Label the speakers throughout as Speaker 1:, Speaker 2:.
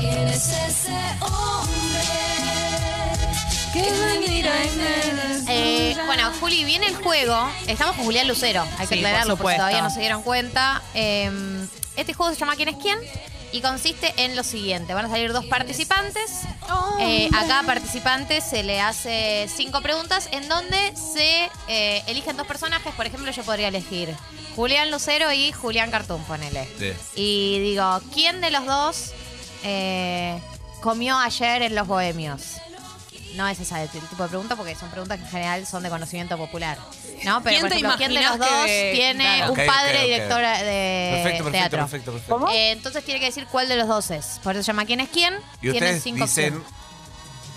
Speaker 1: ¿Quién es ese hombre que me mira y me
Speaker 2: Eh, bueno, Juli, viene el juego. Estamos con Julián Lucero, hay que
Speaker 3: Sí, por
Speaker 2: aclararlo, porque
Speaker 3: supuesto.
Speaker 2: todavía no se dieron cuenta. Eh, este juego se llama ¿Quién es quién? Y consiste en lo siguiente: van a salir dos participantes. Eh, a cada participante se le hace cinco preguntas en donde se eh, eligen dos personajes. Por ejemplo, yo podría elegir Julián Lucero y Julián Cartún, ponele.
Speaker 4: Sí.
Speaker 2: Y digo, ¿quién de los dos eh, comió ayer en los bohemios? No es esa el tipo de pregunta porque son preguntas que en general son de conocimiento popular. ¿No? Pero
Speaker 3: ¿Quién
Speaker 2: por
Speaker 3: te
Speaker 2: ejemplo, ¿quién de
Speaker 3: imaginás
Speaker 2: los dos
Speaker 3: que-
Speaker 2: tiene
Speaker 3: Claro.
Speaker 2: un
Speaker 4: Ok, ok,
Speaker 2: padre
Speaker 4: ok.
Speaker 2: director de
Speaker 4: Perfecto, perfecto,
Speaker 2: Eh, teatro?
Speaker 4: perfecto, perfecto.
Speaker 2: Eh, entonces tiene que decir cuál de los dos es. Por eso se llama quién es quién.
Speaker 4: Y
Speaker 2: Tienen
Speaker 4: ustedes
Speaker 2: cinco
Speaker 4: dicen
Speaker 2: opciones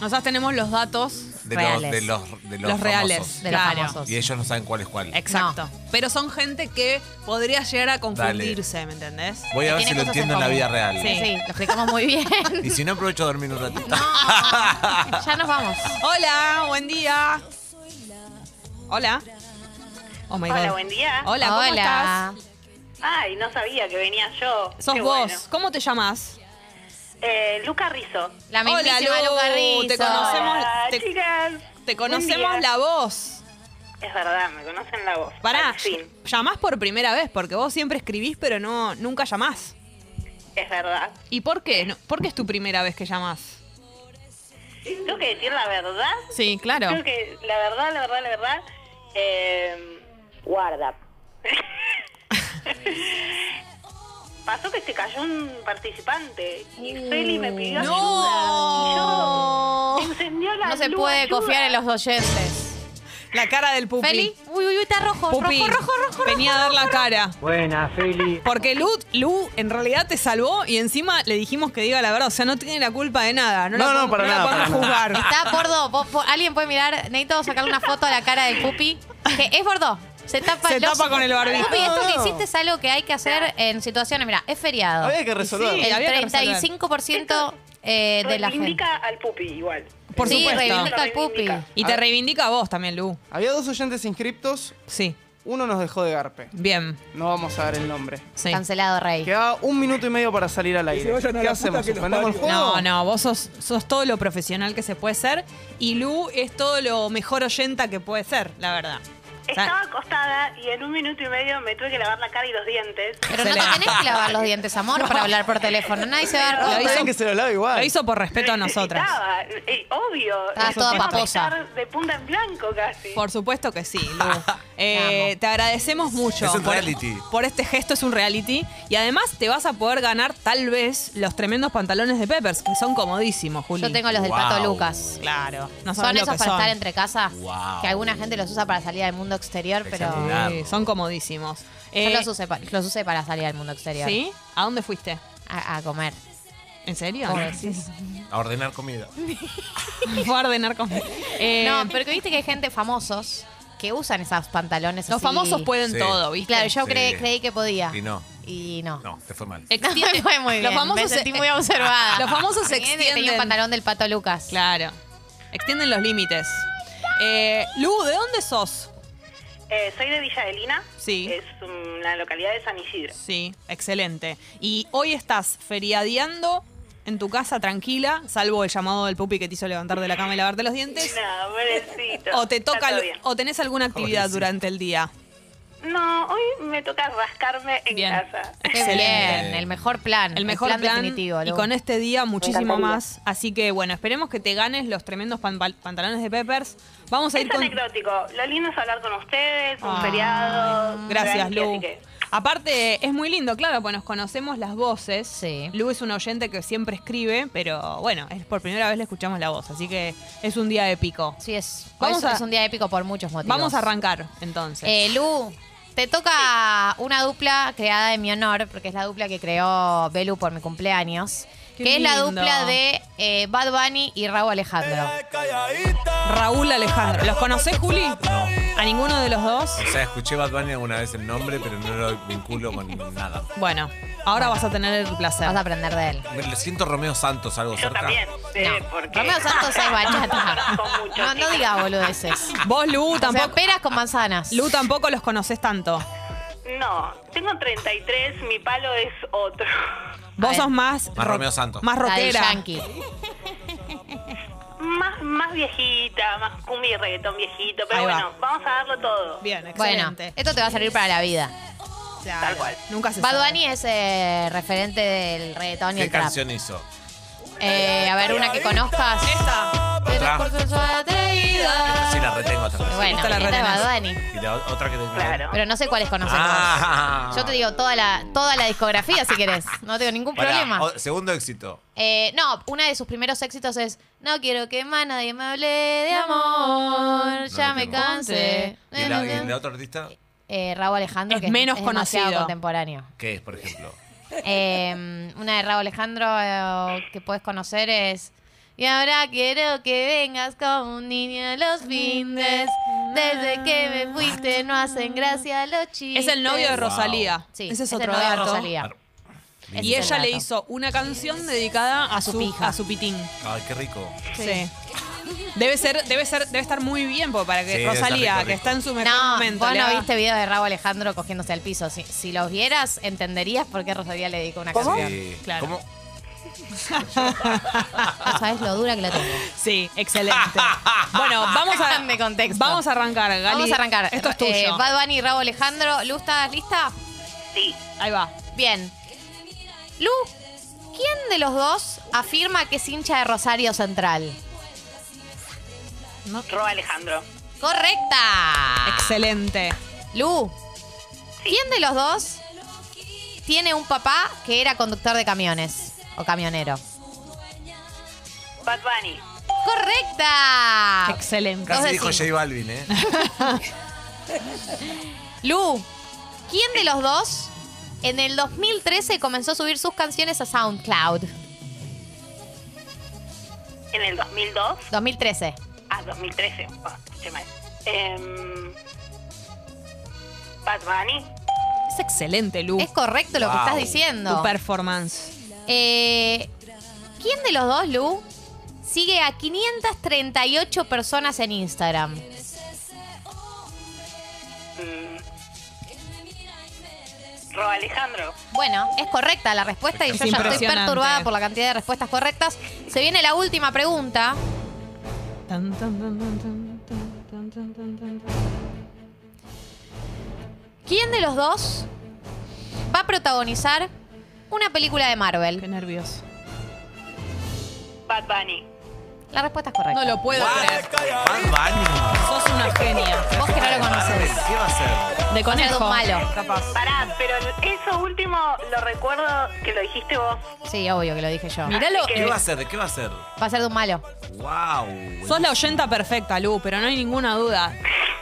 Speaker 3: Nosotros tenemos los datos
Speaker 4: de los,
Speaker 2: reales.
Speaker 4: de los, de los
Speaker 3: los reales.
Speaker 4: famosos.
Speaker 2: de los
Speaker 3: claro.
Speaker 2: famosos.
Speaker 4: Y ellos no saben cuál es cuál.
Speaker 3: Exacto. Pero son gente que podría llegar a confundirse, ¿me entendés?
Speaker 4: Voy a ver
Speaker 2: Tiene
Speaker 4: si lo
Speaker 2: cosas
Speaker 4: entiendo en
Speaker 2: en
Speaker 4: la
Speaker 2: común.
Speaker 4: vida real.
Speaker 2: Sí, sí, lo explicamos muy bien.
Speaker 4: Y si no, aprovecho a dormir un ratito.
Speaker 2: ya nos vamos.
Speaker 3: Hola, buen día. Hola. Oh my
Speaker 5: Hola,
Speaker 3: God.
Speaker 5: buen día.
Speaker 3: Hola, ¿cómo
Speaker 2: Hola.
Speaker 5: Ay, no sabía que venía yo.
Speaker 3: estás? Sos
Speaker 5: Qué
Speaker 3: vos.
Speaker 5: bueno.
Speaker 3: ¿Cómo te llamas?
Speaker 5: Eh, Luca Rizzo.
Speaker 2: La
Speaker 3: Hola,
Speaker 2: mismísima
Speaker 3: Lu,
Speaker 2: Luca Rizzo.
Speaker 3: te conocemos.
Speaker 5: Hola,
Speaker 3: te-
Speaker 5: chicas.
Speaker 3: Te
Speaker 5: Buen
Speaker 3: conocemos
Speaker 5: día.
Speaker 3: la voz.
Speaker 5: Es verdad, me conocen la voz.
Speaker 3: Pará,
Speaker 5: Al fin,
Speaker 3: llamás por primera vez porque vos siempre escribís, pero no nunca llamás.
Speaker 5: es verdad.
Speaker 3: ¿Y por qué? No- ¿Por qué es tu primera vez que llamás?
Speaker 5: Tengo que decir la verdad.
Speaker 3: Sí, claro.
Speaker 5: Creo que la verdad, la verdad, la verdad. eh,
Speaker 6: Guarda.
Speaker 5: pasó que se cayó un participante y
Speaker 2: Uh,
Speaker 5: Feli me pidió ayuda.
Speaker 3: No.
Speaker 5: Y yo encendió la
Speaker 2: No se
Speaker 5: luz,
Speaker 2: puede
Speaker 5: ayuda.
Speaker 2: confiar
Speaker 3: ¿eh?
Speaker 2: en los oyentes.
Speaker 3: La cara del pupi.
Speaker 2: Feli. Uy, uy, uy, está rojo.
Speaker 3: Pupi,
Speaker 2: Rojo, rojo, rojo.
Speaker 3: venía a dar la cara.
Speaker 7: Buena, Feli.
Speaker 3: Porque Lu, Lu en realidad te salvó y encima le dijimos que diga la verdad. O sea, no tiene la culpa de nada. No, la
Speaker 7: No, no,
Speaker 3: podemos-
Speaker 7: para
Speaker 3: la
Speaker 7: nada,
Speaker 3: podemos
Speaker 7: para nada.
Speaker 3: juzgar.
Speaker 2: Está bordo. Vos- vos- alguien puede mirar. Necesito sacarle una foto a la cara del pupi. Que es bordo. Se tapa,
Speaker 3: Se
Speaker 2: el
Speaker 3: tapa
Speaker 2: ojo.
Speaker 3: con el barbijo.
Speaker 2: Pupi, esto que
Speaker 7: No, no.
Speaker 2: hiciste es algo que hay que hacer en situaciones. Mira, es feriado.
Speaker 7: Había que resolver.
Speaker 3: Sí,
Speaker 2: El
Speaker 3: había que resolver.
Speaker 2: 35% eh, de la gente.
Speaker 5: Reivindica al pupi igual.
Speaker 3: Por
Speaker 2: sí,
Speaker 3: supuesto.
Speaker 2: reivindica al pupi.
Speaker 5: Reivindica.
Speaker 3: Y te reivindica a vos también, Lu.
Speaker 7: Había dos oyentes inscriptos,
Speaker 3: Sí,
Speaker 7: uno nos dejó de garpe.
Speaker 3: bien.
Speaker 7: No vamos a dar el nombre.
Speaker 3: Sí.
Speaker 2: Cancelado, Rey.
Speaker 7: Quedaba un minuto y medio para salir al aire.
Speaker 8: vayan a
Speaker 7: ¿Qué
Speaker 8: la
Speaker 7: hacemos?
Speaker 8: puta que los
Speaker 7: ¿Suspendemos el
Speaker 8: parió.
Speaker 7: juego?
Speaker 3: No, no, vos sos, sos todo lo profesional que se puede ser y Lu es todo lo mejor oyenta que puede ser, la verdad. O sea,
Speaker 5: Estaba acostada y en un minuto y medio me tuve que lavar la cara y los dientes.
Speaker 2: Pero no te
Speaker 3: Excelente.
Speaker 2: tenés que lavar los dientes, amor, para hablar por teléfono. Nadie se va a dar
Speaker 7: Ah,
Speaker 2: cuenta.
Speaker 3: Lo
Speaker 7: está
Speaker 3: hizo-
Speaker 7: bien que se lo lave igual.
Speaker 3: lo hizo por respeto a nosotras.
Speaker 5: Necesitaba, eh, obvio.
Speaker 2: Estabas toda
Speaker 5: Tengo que
Speaker 2: paposa.
Speaker 5: estar de punta en blanco casi.
Speaker 3: Por supuesto que sí, Lu. Eh, te agradecemos mucho.
Speaker 4: Es un
Speaker 3: por-
Speaker 4: reality.
Speaker 3: Por, este gesto, es un reality. Y además te vas a poder ganar, tal vez, los tremendos pantalones de Peppers, que son comodísimos, Juli.
Speaker 2: Yo tengo los del
Speaker 4: Wow.
Speaker 2: Pato Lucas.
Speaker 3: Claro. No
Speaker 2: Son
Speaker 3: lo
Speaker 2: esos
Speaker 3: que
Speaker 2: para
Speaker 3: son.
Speaker 2: estar entre casa.
Speaker 4: Wow.
Speaker 2: Que alguna gente los usa para salir al mundo exterior, pero
Speaker 4: Excelente.
Speaker 3: Sí, son comodísimos.
Speaker 2: yo
Speaker 3: Eh,
Speaker 2: los usé, pa- los usé para salir al mundo exterior.
Speaker 3: ¿Sí? ¿A dónde fuiste?
Speaker 2: A, a comer.
Speaker 3: ¿En serio?
Speaker 4: A ordenar comida.
Speaker 3: Fue a ordenar con- Eh,
Speaker 2: no, pero que viste que hay gente famosos que usan esos pantalones
Speaker 3: Los
Speaker 2: así.
Speaker 3: famosos pueden
Speaker 4: Sí.
Speaker 3: todo,
Speaker 2: Y
Speaker 3: ¿viste?
Speaker 2: claro, yo
Speaker 4: Sí.
Speaker 2: cre- creí que podía.
Speaker 4: Y no.
Speaker 2: Y no.
Speaker 4: No, te fue mal.
Speaker 3: Extiende-
Speaker 2: me fue muy bien.
Speaker 3: Los famosos
Speaker 2: me sentí
Speaker 3: se-
Speaker 2: muy observada.
Speaker 3: Los famosos se
Speaker 2: Tenía- Tenía
Speaker 3: extienden.
Speaker 2: un pantalón del Pato Lucas.
Speaker 3: Claro. Extienden los límites. Eh, Lu, ¿de dónde sos?
Speaker 5: Eh, soy de Villa Adelina.
Speaker 3: Sí.
Speaker 5: Es una localidad de San Isidro.
Speaker 3: Sí, excelente. Y hoy estás feriadeando en tu casa tranquila, salvo el llamado del pupi que te hizo levantar de la cama y lavarte los dientes.
Speaker 5: No, pobrecito.
Speaker 3: O te
Speaker 5: Está
Speaker 3: toca
Speaker 5: todo
Speaker 3: al-
Speaker 5: bien.
Speaker 3: o tenés alguna actividad
Speaker 4: Pobrecito.
Speaker 3: durante el día.
Speaker 5: No, hoy me toca rascarme en
Speaker 3: Bien.
Speaker 5: casa.
Speaker 2: Qué
Speaker 3: Excelente.
Speaker 2: bien. El mejor plan.
Speaker 3: El mejor plan,
Speaker 2: definitivo.
Speaker 3: y
Speaker 2: Lu.
Speaker 3: con este día muchísimo
Speaker 6: encantaría.
Speaker 3: más. Así que bueno, esperemos que te ganes los tremendos pan- pal- pantalones de Peppers. Vamos a
Speaker 5: Es
Speaker 3: ir con
Speaker 5: anecdótico. Lo lindo es hablar con ustedes, un
Speaker 3: Ay,
Speaker 5: feriado.
Speaker 3: Gracias,
Speaker 5: tranqui, así
Speaker 3: Lu.
Speaker 5: que-
Speaker 3: Aparte, es muy lindo, claro, pues nos conocemos las voces.
Speaker 2: Sí.
Speaker 3: Lu es un oyente que siempre escribe, pero bueno, es por primera vez le escuchamos la voz, así que es un día épico.
Speaker 2: Sí, es. hoy
Speaker 3: Vamos
Speaker 2: es-
Speaker 3: a-
Speaker 2: es un día épico por muchos motivos.
Speaker 3: Vamos a arrancar, entonces.
Speaker 2: Eh, Lu, te toca una dupla creada en mi honor, porque es la dupla que creó Belu por mi cumpleaños.
Speaker 3: Qué
Speaker 2: que es la
Speaker 3: lindo.
Speaker 2: dupla de eh, Bad Bunny y Raúl Alejandro.
Speaker 3: Raúl Alejandro. ¿Los conocés, Juli? ¿A ninguno de los dos?
Speaker 4: O sea, escuché Bad Bunny alguna vez el nombre, pero no lo vinculo con nada.
Speaker 3: Bueno, ahora vas a tener el placer.
Speaker 2: Vas a aprender de él.
Speaker 4: Me- Le siento Romeo Santos algo
Speaker 5: Yo
Speaker 4: cerca.
Speaker 5: también. eh, porque-
Speaker 2: Romeo Santos es bachata.
Speaker 5: Conozco mucho,
Speaker 2: No, no
Speaker 5: chicas.
Speaker 2: digas boludeces.
Speaker 3: Vos, Lu,
Speaker 2: O sea,
Speaker 3: tampoco.
Speaker 2: peras con manzanas.
Speaker 3: Lu tampoco los conocés tanto.
Speaker 5: No, tengo 33, mi palo es otro.
Speaker 3: Vos
Speaker 2: ver.
Speaker 3: sos más.
Speaker 4: Más
Speaker 3: ro-
Speaker 4: Romeo Santos.
Speaker 3: Más
Speaker 2: La del
Speaker 3: rockera.
Speaker 2: Yankee.
Speaker 5: Más, más viejita, más cumbia y reggaetón viejito, pero
Speaker 3: Ahí va.
Speaker 5: bueno, vamos a darlo todo.
Speaker 3: Bien,
Speaker 2: Bueno,
Speaker 3: excelente.
Speaker 2: esto te va a servir para la vida.
Speaker 3: Claro.
Speaker 5: Tal cual.
Speaker 3: Nunca se
Speaker 2: Bad
Speaker 3: sabe.
Speaker 2: Bunny es eh, referente del reggaetón y
Speaker 4: ¿Qué
Speaker 2: el trap.
Speaker 4: canción hizo?
Speaker 2: Eh, a ver, una que conozcas.
Speaker 3: Esta.
Speaker 2: Eres por sexo atraída.
Speaker 4: Sí, la retengo esta canción.
Speaker 2: Bueno,
Speaker 3: Esta la
Speaker 2: esta es
Speaker 3: retenés.
Speaker 2: Bad Bunny.
Speaker 4: Y la o- otra que tengo.
Speaker 5: Claro.
Speaker 2: Pero no sé cuáles conoces vos.
Speaker 4: Ah.
Speaker 2: Yo te digo toda la, toda la discografía si querés. No tengo ningún
Speaker 4: Pará,
Speaker 2: problema.
Speaker 4: o- segundo éxito.
Speaker 2: Eh, no, una de sus primeros éxitos es No quiero que más nadie me hable de amor. Ya
Speaker 4: lo
Speaker 2: me
Speaker 4: tengo.
Speaker 2: cansé.
Speaker 4: ¿Y la, y la otra artista?
Speaker 2: Eh, Raúl Alejandro,
Speaker 3: Es
Speaker 2: que
Speaker 3: menos
Speaker 2: es demasiado
Speaker 3: conocido.
Speaker 2: contemporáneo.
Speaker 4: ¿Qué es, por ejemplo?
Speaker 2: Eh, una de Raúl Alejandro eh, que puedes conocer es Y ahora quiero que vengas como un niño los fines Desde que me fuiste no hacen gracia los chistes
Speaker 3: Es el novio de
Speaker 4: Wow.
Speaker 3: Rosalía.
Speaker 2: Sí,
Speaker 3: Ese es,
Speaker 2: el
Speaker 3: otro
Speaker 2: novio de
Speaker 3: dato.
Speaker 2: Rosalía. Ese
Speaker 3: Y
Speaker 2: es el
Speaker 3: ella le
Speaker 2: dato.
Speaker 3: hizo una canción dedicada a
Speaker 2: su
Speaker 3: su,
Speaker 2: pija.
Speaker 3: a su pitín.
Speaker 4: Ay, qué rico.
Speaker 3: Sí. Debe ser, debe ser, debe estar muy bien, porque para que
Speaker 4: Sí, debe estar
Speaker 3: Rosalía,
Speaker 4: rico, rico.
Speaker 3: que está en su mejor
Speaker 2: No,
Speaker 3: momento.
Speaker 2: vos
Speaker 3: le
Speaker 2: no
Speaker 3: haga-
Speaker 2: viste videos de Raúl Alejandro cogiéndose al piso. Si, si los vieras, entenderías por qué Rosalía le dedicó una canción.
Speaker 4: Sí.
Speaker 3: Claro.
Speaker 4: Eh, ¿Cómo?
Speaker 2: No Ah, sabes lo dura que la tengo.
Speaker 3: Sí, excelente. bueno, vamos a,
Speaker 2: Grande contexto.
Speaker 3: vamos a arrancar, Gali.
Speaker 2: Vamos a arrancar.
Speaker 3: Esto es tuyo.
Speaker 2: Eh, Bad Bunny, Raúl Alejandro. Lu, ¿estás lista?
Speaker 5: Sí.
Speaker 3: Ahí va.
Speaker 2: Bien. Lu, ¿quién de los dos afirma que es hincha de Rosario Central?
Speaker 5: Ro Alejandro.
Speaker 2: ¡Correcta!
Speaker 3: Excelente.
Speaker 2: Lu, ¿quién de los dos tiene un papá que era conductor de camiones o camionero?
Speaker 5: Bad Bunny.
Speaker 2: ¡Correcta!
Speaker 3: Excelente.
Speaker 2: Dos
Speaker 4: Casi
Speaker 2: de
Speaker 4: dijo
Speaker 2: cinco.
Speaker 4: J Balvin, ¿eh?
Speaker 2: Lu, ¿quién de los dos en el 2013 comenzó a subir sus canciones a SoundCloud?
Speaker 5: En el 2002
Speaker 2: 2013.
Speaker 5: a 2013. Ah, escuché mal. Em, Bad Bunny.
Speaker 3: Es excelente, Lu.
Speaker 2: Es correcto lo que
Speaker 4: Wow.
Speaker 2: estás diciendo.
Speaker 3: Tu performance.
Speaker 2: Eh, ¿Quién de los dos, Lu, sigue a 538 personas en Instagram?
Speaker 5: Ro Alejandro.
Speaker 2: Bueno, es correcta la respuesta y
Speaker 4: Es
Speaker 2: yo ya estoy
Speaker 3: impresionante.
Speaker 2: perturbada por la cantidad de respuestas correctas. Se viene la última pregunta.
Speaker 3: Tan, tan, tan, tan, tan, tan, tan, tan, tan, tan.
Speaker 2: ¿Quién de los dos va a protagonizar una película de
Speaker 3: Qué
Speaker 2: Marvel?
Speaker 3: nervioso.
Speaker 5: Bad Bunny.
Speaker 2: La respuesta es correcta.
Speaker 3: No lo puedo creer.
Speaker 4: Bad Bunny.
Speaker 3: Sos una genia.
Speaker 2: Vos que no lo
Speaker 4: Marvel,
Speaker 2: conoces.
Speaker 4: ¿Qué va a hacer?
Speaker 3: De
Speaker 2: Con algo
Speaker 3: conejo.
Speaker 2: malo.
Speaker 3: Capaz.
Speaker 5: Pará, pero eso último lo recuerdo que lo dijiste vos.
Speaker 2: Sí, obvio que lo dije yo.
Speaker 3: Mirá lo-
Speaker 4: ¿Qué va a hacer? ¿De qué va a hacer?
Speaker 2: Va a ser de un malo.
Speaker 4: ¡Wow!
Speaker 3: Sos la oyenta perfecta, Lu, pero no hay ninguna duda.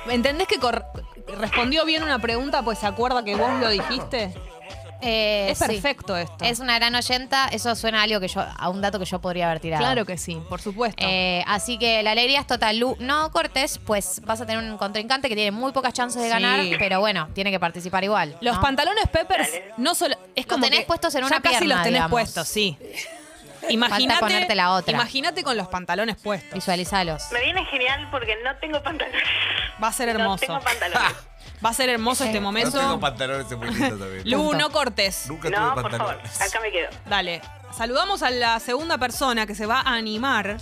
Speaker 3: ¿Entendés que cor- respondió bien una pregunta pues se acuerda que vos lo dijiste?
Speaker 2: Eh,
Speaker 3: Es
Speaker 2: sí.
Speaker 3: perfecto esto.
Speaker 2: Es una gran oyenta. Eso suena a algo que yo, a un dato que yo podría haber tirado.
Speaker 3: Claro que sí, por supuesto.
Speaker 2: Eh, así que la alegría es total. Lu, no cortes, pues vas a tener un contrincante que tiene muy pocas chances de
Speaker 3: Sí.
Speaker 2: ganar, pero bueno, tiene que participar igual.
Speaker 3: los
Speaker 2: ¿no?
Speaker 3: pantalones Peppers no solo
Speaker 2: Los
Speaker 3: es como
Speaker 2: tenés
Speaker 3: que
Speaker 2: puestos en
Speaker 3: ya
Speaker 2: una
Speaker 3: casi
Speaker 2: pierna,
Speaker 3: los tenés
Speaker 2: digamos.
Speaker 3: puestos, sí. Imagínate
Speaker 2: ponerte la otra.
Speaker 3: Imagínate con los pantalones puestos.
Speaker 2: Visualizalos.
Speaker 5: Me viene genial porque no tengo pantalones.
Speaker 3: Va a ser
Speaker 5: No
Speaker 3: hermoso.
Speaker 5: tengo pantalones.
Speaker 3: Va a ser hermoso este
Speaker 4: No tengo
Speaker 3: momento.
Speaker 4: pantalones en bonito también.
Speaker 3: Lu,
Speaker 2: Punto.
Speaker 3: no cortes.
Speaker 4: Nunca
Speaker 5: no,
Speaker 4: tuve
Speaker 5: por favor,
Speaker 4: pantalones.
Speaker 5: acá me quedo.
Speaker 3: Dale. Saludamos a la segunda persona que se va a animar.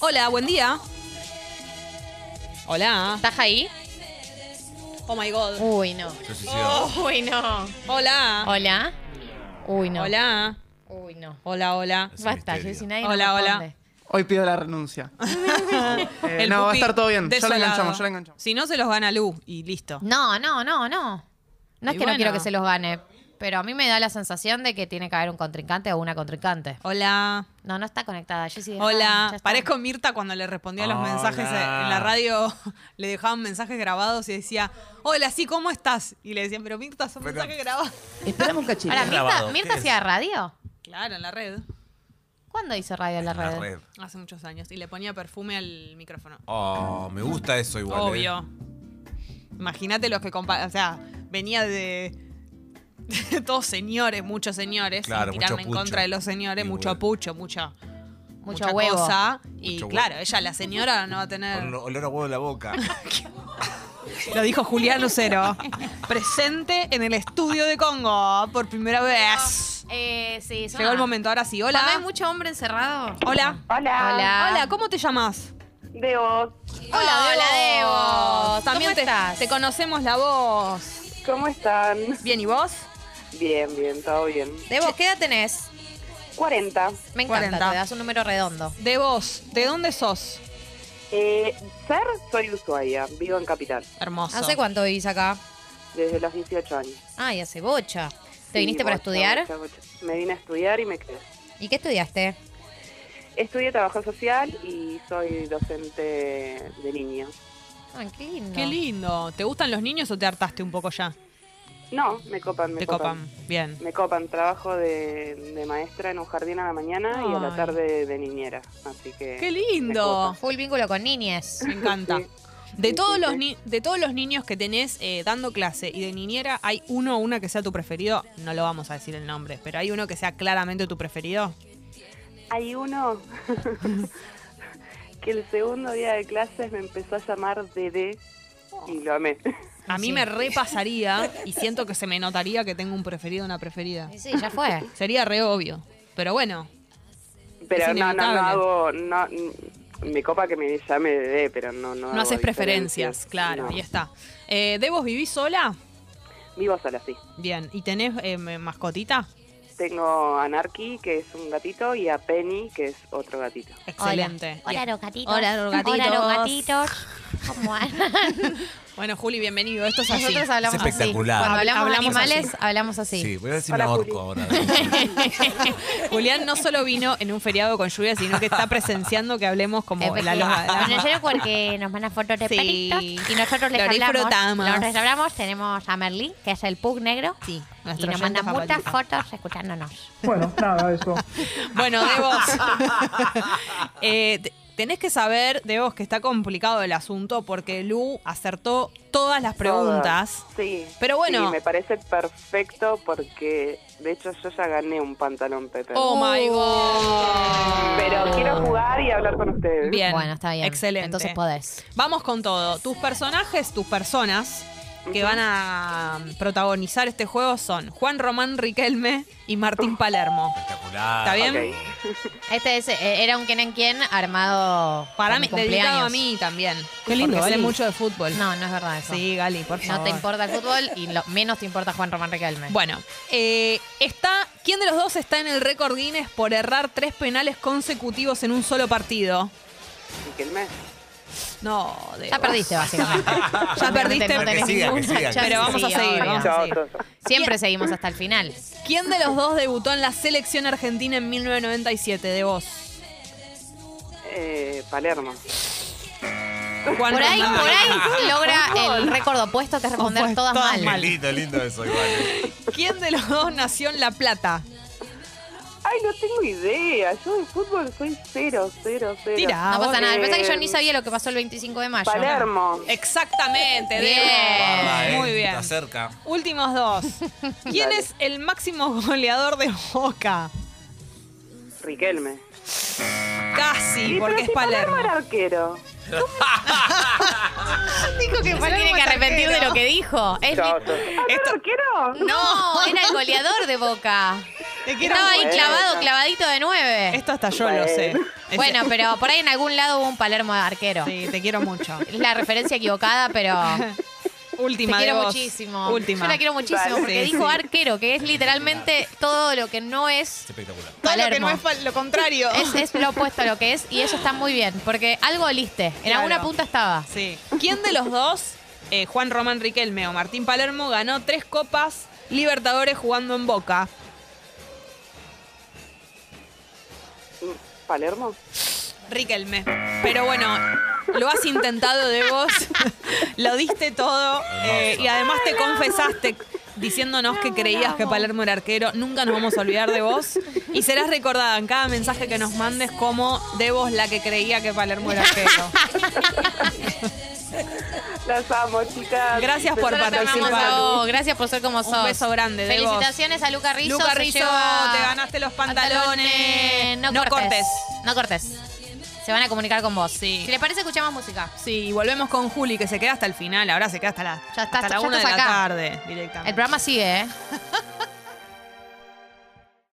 Speaker 3: Hola, buen día. Hola.
Speaker 2: ¿Estás ahí?
Speaker 3: Oh my god.
Speaker 2: Uy, no.
Speaker 4: Yo sí, sí.
Speaker 3: Oh.
Speaker 2: Uy, no.
Speaker 3: Hola.
Speaker 2: Hola. Uy, no.
Speaker 3: Hola.
Speaker 2: Uy, no.
Speaker 3: Hola, hola.
Speaker 4: Es un
Speaker 2: Basta, yo
Speaker 4: misterio.
Speaker 2: si nadie
Speaker 3: Hola,
Speaker 2: no
Speaker 3: hola.
Speaker 2: responde.
Speaker 7: Hoy pido la renuncia. Eh,
Speaker 3: El
Speaker 7: no, va a
Speaker 3: pupi
Speaker 7: estar todo bien. Ya lo
Speaker 3: desolado.
Speaker 7: enganchamos, ya lo enganchamos.
Speaker 3: Si no, se los gana Lu y listo.
Speaker 2: No, no, no, no. No es
Speaker 3: Y
Speaker 2: que
Speaker 3: bueno.
Speaker 2: no quiero que se los gane, pero a mí me da la sensación de que tiene que haber un contrincante o una contrincante.
Speaker 3: Hola.
Speaker 2: No, no está conectada. Yo sí.
Speaker 3: Hola. Parezco Mirta cuando le respondía los
Speaker 4: Hola.
Speaker 3: mensajes eh, en la radio. Le dejaban mensajes grabados y decía, hola, sí, ¿cómo estás? Y le decían, pero Mirta, son
Speaker 4: Pero-
Speaker 3: mensajes grabados.
Speaker 6: Esperamos un cachito.
Speaker 2: Ahora, Mirta,
Speaker 4: grabado,
Speaker 2: Mirta
Speaker 4: ¿qué es?
Speaker 2: hacía radio.
Speaker 3: Claro, en la red.
Speaker 2: ¿Cuándo hizo radio en la
Speaker 4: La
Speaker 2: red?
Speaker 4: red.
Speaker 3: Hace muchos años. Y le ponía perfume al micrófono.
Speaker 4: Oh, me gusta eso igual. ¿eh?
Speaker 3: Obvio. Imagínate los que compa- O sea, venía de. de todos señores, muchos señores.
Speaker 4: Claro,
Speaker 3: sin tirarme
Speaker 4: mucho
Speaker 3: en
Speaker 4: pucho.
Speaker 3: contra de los señores,
Speaker 4: Y
Speaker 3: mucho
Speaker 4: bueno.
Speaker 3: pucho, mucha.
Speaker 2: Mucho
Speaker 3: mucha
Speaker 2: huevo.
Speaker 3: cosa. Y
Speaker 4: Mucho huevo.
Speaker 3: claro, ella, la señora, no va a tener.
Speaker 4: Con olor a huevo en la boca.
Speaker 3: Lo dijo Julián Lucero. presente en el estudio de Congo por primera vez.
Speaker 2: Eh, sí, es
Speaker 3: Llegó
Speaker 2: una-
Speaker 3: el momento, ahora sí.
Speaker 2: Cuando hay
Speaker 3: Hola.
Speaker 2: mucho hombre encerrado.
Speaker 3: Hola.
Speaker 5: Hola.
Speaker 2: Hola.
Speaker 3: Hola, ¿cómo te llamas?
Speaker 5: De vos.
Speaker 2: Hola, Debo. ¿Cómo
Speaker 3: También te,
Speaker 2: estás?
Speaker 3: te conocemos la voz.
Speaker 5: ¿Cómo están?
Speaker 3: Bien, ¿y vos?
Speaker 5: Bien, bien, todo bien.
Speaker 2: Debo, ¿qué edad tenés?
Speaker 5: 40.
Speaker 2: Me encanta,
Speaker 3: 40.
Speaker 2: te das un número redondo.
Speaker 3: De vos, ¿de dónde sos?
Speaker 5: Eh, ser, soy usuaria, vivo en Capital,
Speaker 3: Hermoso.
Speaker 2: ¿Hace cuánto vivís acá?
Speaker 5: desde los 18 años.
Speaker 2: Ay, hace bocha. ¿Te
Speaker 5: Sí,
Speaker 2: viniste para
Speaker 5: bocha,
Speaker 2: estudiar?
Speaker 5: bocha, bocha. Me vine a estudiar y me quedé.
Speaker 2: ¿Y qué estudiaste?
Speaker 5: Estudié trabajo social y soy docente de niños.
Speaker 2: Ay, Ah, qué lindo.
Speaker 3: Qué lindo. ¿Te gustan los niños o te hartaste un poco ya?
Speaker 5: No, me copan, me
Speaker 3: te copan. Bien.
Speaker 5: Me copan, trabajo de, de maestra en un jardín a la mañana y a
Speaker 3: Ay.
Speaker 5: la tarde de niñera, así que...
Speaker 3: ¡Qué
Speaker 5: me
Speaker 3: lindo!
Speaker 5: copan.
Speaker 2: Full vínculo con niñes.
Speaker 3: Me encanta.
Speaker 5: Sí.
Speaker 3: De
Speaker 5: Sí,
Speaker 3: todos,
Speaker 5: sí,
Speaker 3: los
Speaker 5: sí.
Speaker 3: ni- de todos los niños que tenés eh, dando clase y de niñera, ¿hay uno o una que sea tu preferido? No lo vamos a decir el nombre, pero ¿hay uno que sea claramente tu preferido?
Speaker 5: Hay uno que el segundo día de clases me empezó a llamar Dede y lo amé.
Speaker 3: A
Speaker 2: Ah,
Speaker 3: mí
Speaker 2: Sí.
Speaker 3: me repasaría y siento que se me notaría que tengo un preferido o una preferida.
Speaker 2: Y Sí, ya fue.
Speaker 3: Sería re obvio, pero bueno.
Speaker 5: Pero
Speaker 3: Es
Speaker 5: no, no,
Speaker 3: inevitable.
Speaker 5: no hago... No, me copa que me llame Dede, pero no... No,
Speaker 3: No
Speaker 5: hago
Speaker 3: haces preferencias,
Speaker 5: diferencias.
Speaker 3: claro,
Speaker 5: No.
Speaker 3: ahí está. Eh, ¿Debos vivís sola?
Speaker 5: Vivo sola, sí.
Speaker 3: Bien. ¿Y tenés eh, mascotita?
Speaker 5: Tengo a Narki, que es un gatito, y a Penny, que es otro gatito.
Speaker 3: Excelente.
Speaker 6: Hola,
Speaker 3: Bien.
Speaker 6: rogatitos.
Speaker 3: Hola, rogatitos.
Speaker 6: Hola, rogatitos. ¿Cómo andan?
Speaker 3: Bueno, Juli, bienvenido. Esto es así.
Speaker 2: Nosotros hablamos
Speaker 4: Es espectacular.
Speaker 2: así. Cuando hablamos, de
Speaker 3: Hablamos
Speaker 2: animales, hablamos así.
Speaker 4: Sí, voy a decir
Speaker 5: Hola,
Speaker 4: una
Speaker 5: Juli.
Speaker 4: orco ahora.
Speaker 3: Julián no solo vino en un feriado con lluvia, sino que está presenciando que hablemos como la loja.
Speaker 6: Bueno, yo creo porque nos mandan fotos de
Speaker 3: Sí.
Speaker 6: perritos y nosotros les
Speaker 3: Lo
Speaker 6: hablamos.
Speaker 3: disfrutamos.
Speaker 6: Los restauramos. Tenemos a Merlí, que es el pug negro.
Speaker 3: Sí,
Speaker 6: Y
Speaker 3: nuestro
Speaker 6: nos
Speaker 3: oyente
Speaker 6: mandan muchas
Speaker 3: favorito.
Speaker 6: fotos escuchándonos.
Speaker 7: Bueno, nada, eso.
Speaker 3: Bueno, Debos. eh, te- tenés que saber, Debos, que está complicado el asunto porque Lu acertó todas las preguntas.
Speaker 5: Todas. Sí.
Speaker 3: Pero bueno.
Speaker 5: Sí, me parece perfecto porque, de hecho, yo ya gané un pantalón Pepe.
Speaker 3: Oh my god.
Speaker 5: Pero quiero jugar y hablar con ustedes.
Speaker 3: Bien.
Speaker 2: Bueno, está bien.
Speaker 3: Excelente.
Speaker 2: Entonces podés.
Speaker 3: Vamos con todo. Tus personajes, tus personas que
Speaker 5: Ujú.
Speaker 3: van a protagonizar este juego son Juan Román Riquelme y Martín Palermo.
Speaker 4: Espectacular.
Speaker 3: ¿Está bien?
Speaker 5: Ok.
Speaker 2: Este es, eh, era un quien en quien armado
Speaker 3: Para
Speaker 2: por
Speaker 3: mí,
Speaker 2: mi
Speaker 3: dedicado
Speaker 2: cumpleaños.
Speaker 3: a mí también.
Speaker 7: Qué lindo,
Speaker 3: Porque sé
Speaker 7: Gali.
Speaker 3: mucho de fútbol.
Speaker 2: No, no es verdad eso.
Speaker 3: Sí, Gali, por favor.
Speaker 2: No te importa el fútbol y lo menos te importa Juan Román Riquelme.
Speaker 3: Bueno, eh, está. ¿Quién de los dos está en el récord Guinness por errar tres penales consecutivos en un solo partido?
Speaker 5: Riquelme.
Speaker 3: No, de
Speaker 2: Ya perdiste, básicamente.
Speaker 3: Ya perdiste,
Speaker 2: no
Speaker 4: Pero que
Speaker 2: tenés
Speaker 4: siga, que
Speaker 2: ninguna
Speaker 4: siga, que
Speaker 2: chance.
Speaker 4: siga.
Speaker 3: pero vamos a
Speaker 2: Sí,
Speaker 3: seguir.
Speaker 2: obvio.
Speaker 3: vamos a
Speaker 5: Chao,
Speaker 3: seguir.
Speaker 5: otros.
Speaker 2: Siempre seguimos hasta el final.
Speaker 3: ¿Quién de los dos debutó en la selección argentina en 1997? De vos.
Speaker 5: Eh, Palermo.
Speaker 3: Juan
Speaker 2: Por ahí, por
Speaker 3: Román.
Speaker 2: ahí logra el récord opuesto que es responder
Speaker 3: Opuesto,
Speaker 2: todas
Speaker 3: todas
Speaker 2: mal.
Speaker 3: mal.
Speaker 4: Lindo, lindo eso, igual. eh.
Speaker 3: ¿Quién de los dos nació en La Plata?
Speaker 5: Ay, no tengo idea. Yo de fútbol soy cero, cero, cero.
Speaker 3: Tira.
Speaker 2: No pasa
Speaker 5: vos-
Speaker 2: nada. Pensá que yo
Speaker 5: Eh,
Speaker 2: ni sabía lo que pasó el 25 de mayo.
Speaker 5: Palermo.
Speaker 3: Exactamente,
Speaker 2: Bien.
Speaker 3: Debo.
Speaker 4: Guarda, eh,
Speaker 3: Muy bien.
Speaker 4: Está cerca.
Speaker 3: Últimos dos. ¿Quién
Speaker 5: Dale.
Speaker 3: es el máximo goleador de Boca?
Speaker 5: Riquelme.
Speaker 3: Casi,
Speaker 5: Y,
Speaker 3: porque
Speaker 5: pero
Speaker 3: es
Speaker 5: si
Speaker 3: Palermo.
Speaker 5: era arquero.
Speaker 2: Dijo que se tiene que arrepentir de lo que dijo. Es
Speaker 5: Chao,
Speaker 2: mi-
Speaker 5: otros. Ah, ¿no era arquero?
Speaker 2: No, era el goleador de Boca.
Speaker 3: Te quiero
Speaker 2: Estaba ahí
Speaker 3: mucho.
Speaker 5: Bueno.
Speaker 2: clavado, clavadito de nueve.
Speaker 3: Esto hasta yo lo sé. Ese-
Speaker 2: Bueno, pero por ahí en algún lado hubo un Palermo de arquero.
Speaker 3: Sí, te quiero mucho.
Speaker 2: Es la referencia equivocada, pero te
Speaker 3: Última.
Speaker 2: quiero
Speaker 3: de vos.
Speaker 2: muchísimo.
Speaker 3: Última.
Speaker 2: Yo la quiero muchísimo
Speaker 5: Vale.
Speaker 2: porque
Speaker 3: Sí,
Speaker 2: dijo
Speaker 3: sí.
Speaker 2: arquero, que es literalmente todo lo que no es
Speaker 4: Es espectacular.
Speaker 3: Todo lo que
Speaker 2: Palermo.
Speaker 3: no es pal- lo contrario.
Speaker 2: Es, es lo opuesto a lo que es y eso está muy bien, porque algo oliste. En
Speaker 3: Claro.
Speaker 2: alguna punta estaba.
Speaker 3: Sí. ¿Quién de los dos, eh, Juan Román Riquelme o Martín Palermo, ganó tres copas Libertadores jugando en Boca?
Speaker 5: Palermo.
Speaker 3: Riquelme. Pero bueno, lo has intentado de vos, lo diste todo eh, y además te confesaste diciéndonos que creías que Palermo era arquero. Nunca nos vamos a olvidar de vos y serás recordada en cada mensaje que nos mandes como de vos la que creía que Palermo era arquero.
Speaker 5: Las amo, chicas.
Speaker 3: Gracias por
Speaker 2: Nosotros te amamos
Speaker 3: participar.
Speaker 2: a vos. Gracias por ser como
Speaker 3: Un
Speaker 2: sos.
Speaker 3: beso grande de vos.
Speaker 2: Felicitaciones a Luca Rizzo.
Speaker 3: Luca
Speaker 2: se
Speaker 3: Rizzo,
Speaker 2: lleva
Speaker 3: te ganaste los pantalones.
Speaker 2: No,
Speaker 3: No
Speaker 2: cortes.
Speaker 3: cortes.
Speaker 2: No cortes. Se van a comunicar con vos.
Speaker 3: Sí.
Speaker 2: Si les parece, escuchamos música.
Speaker 3: Sí, y volvemos con Juli que se queda hasta el final. Ahora se queda hasta la,
Speaker 2: Ya estás-
Speaker 3: hasta la
Speaker 2: ya
Speaker 3: una de
Speaker 2: estás
Speaker 3: la
Speaker 2: acá.
Speaker 3: tarde directamente.
Speaker 2: El programa sigue, ¿eh?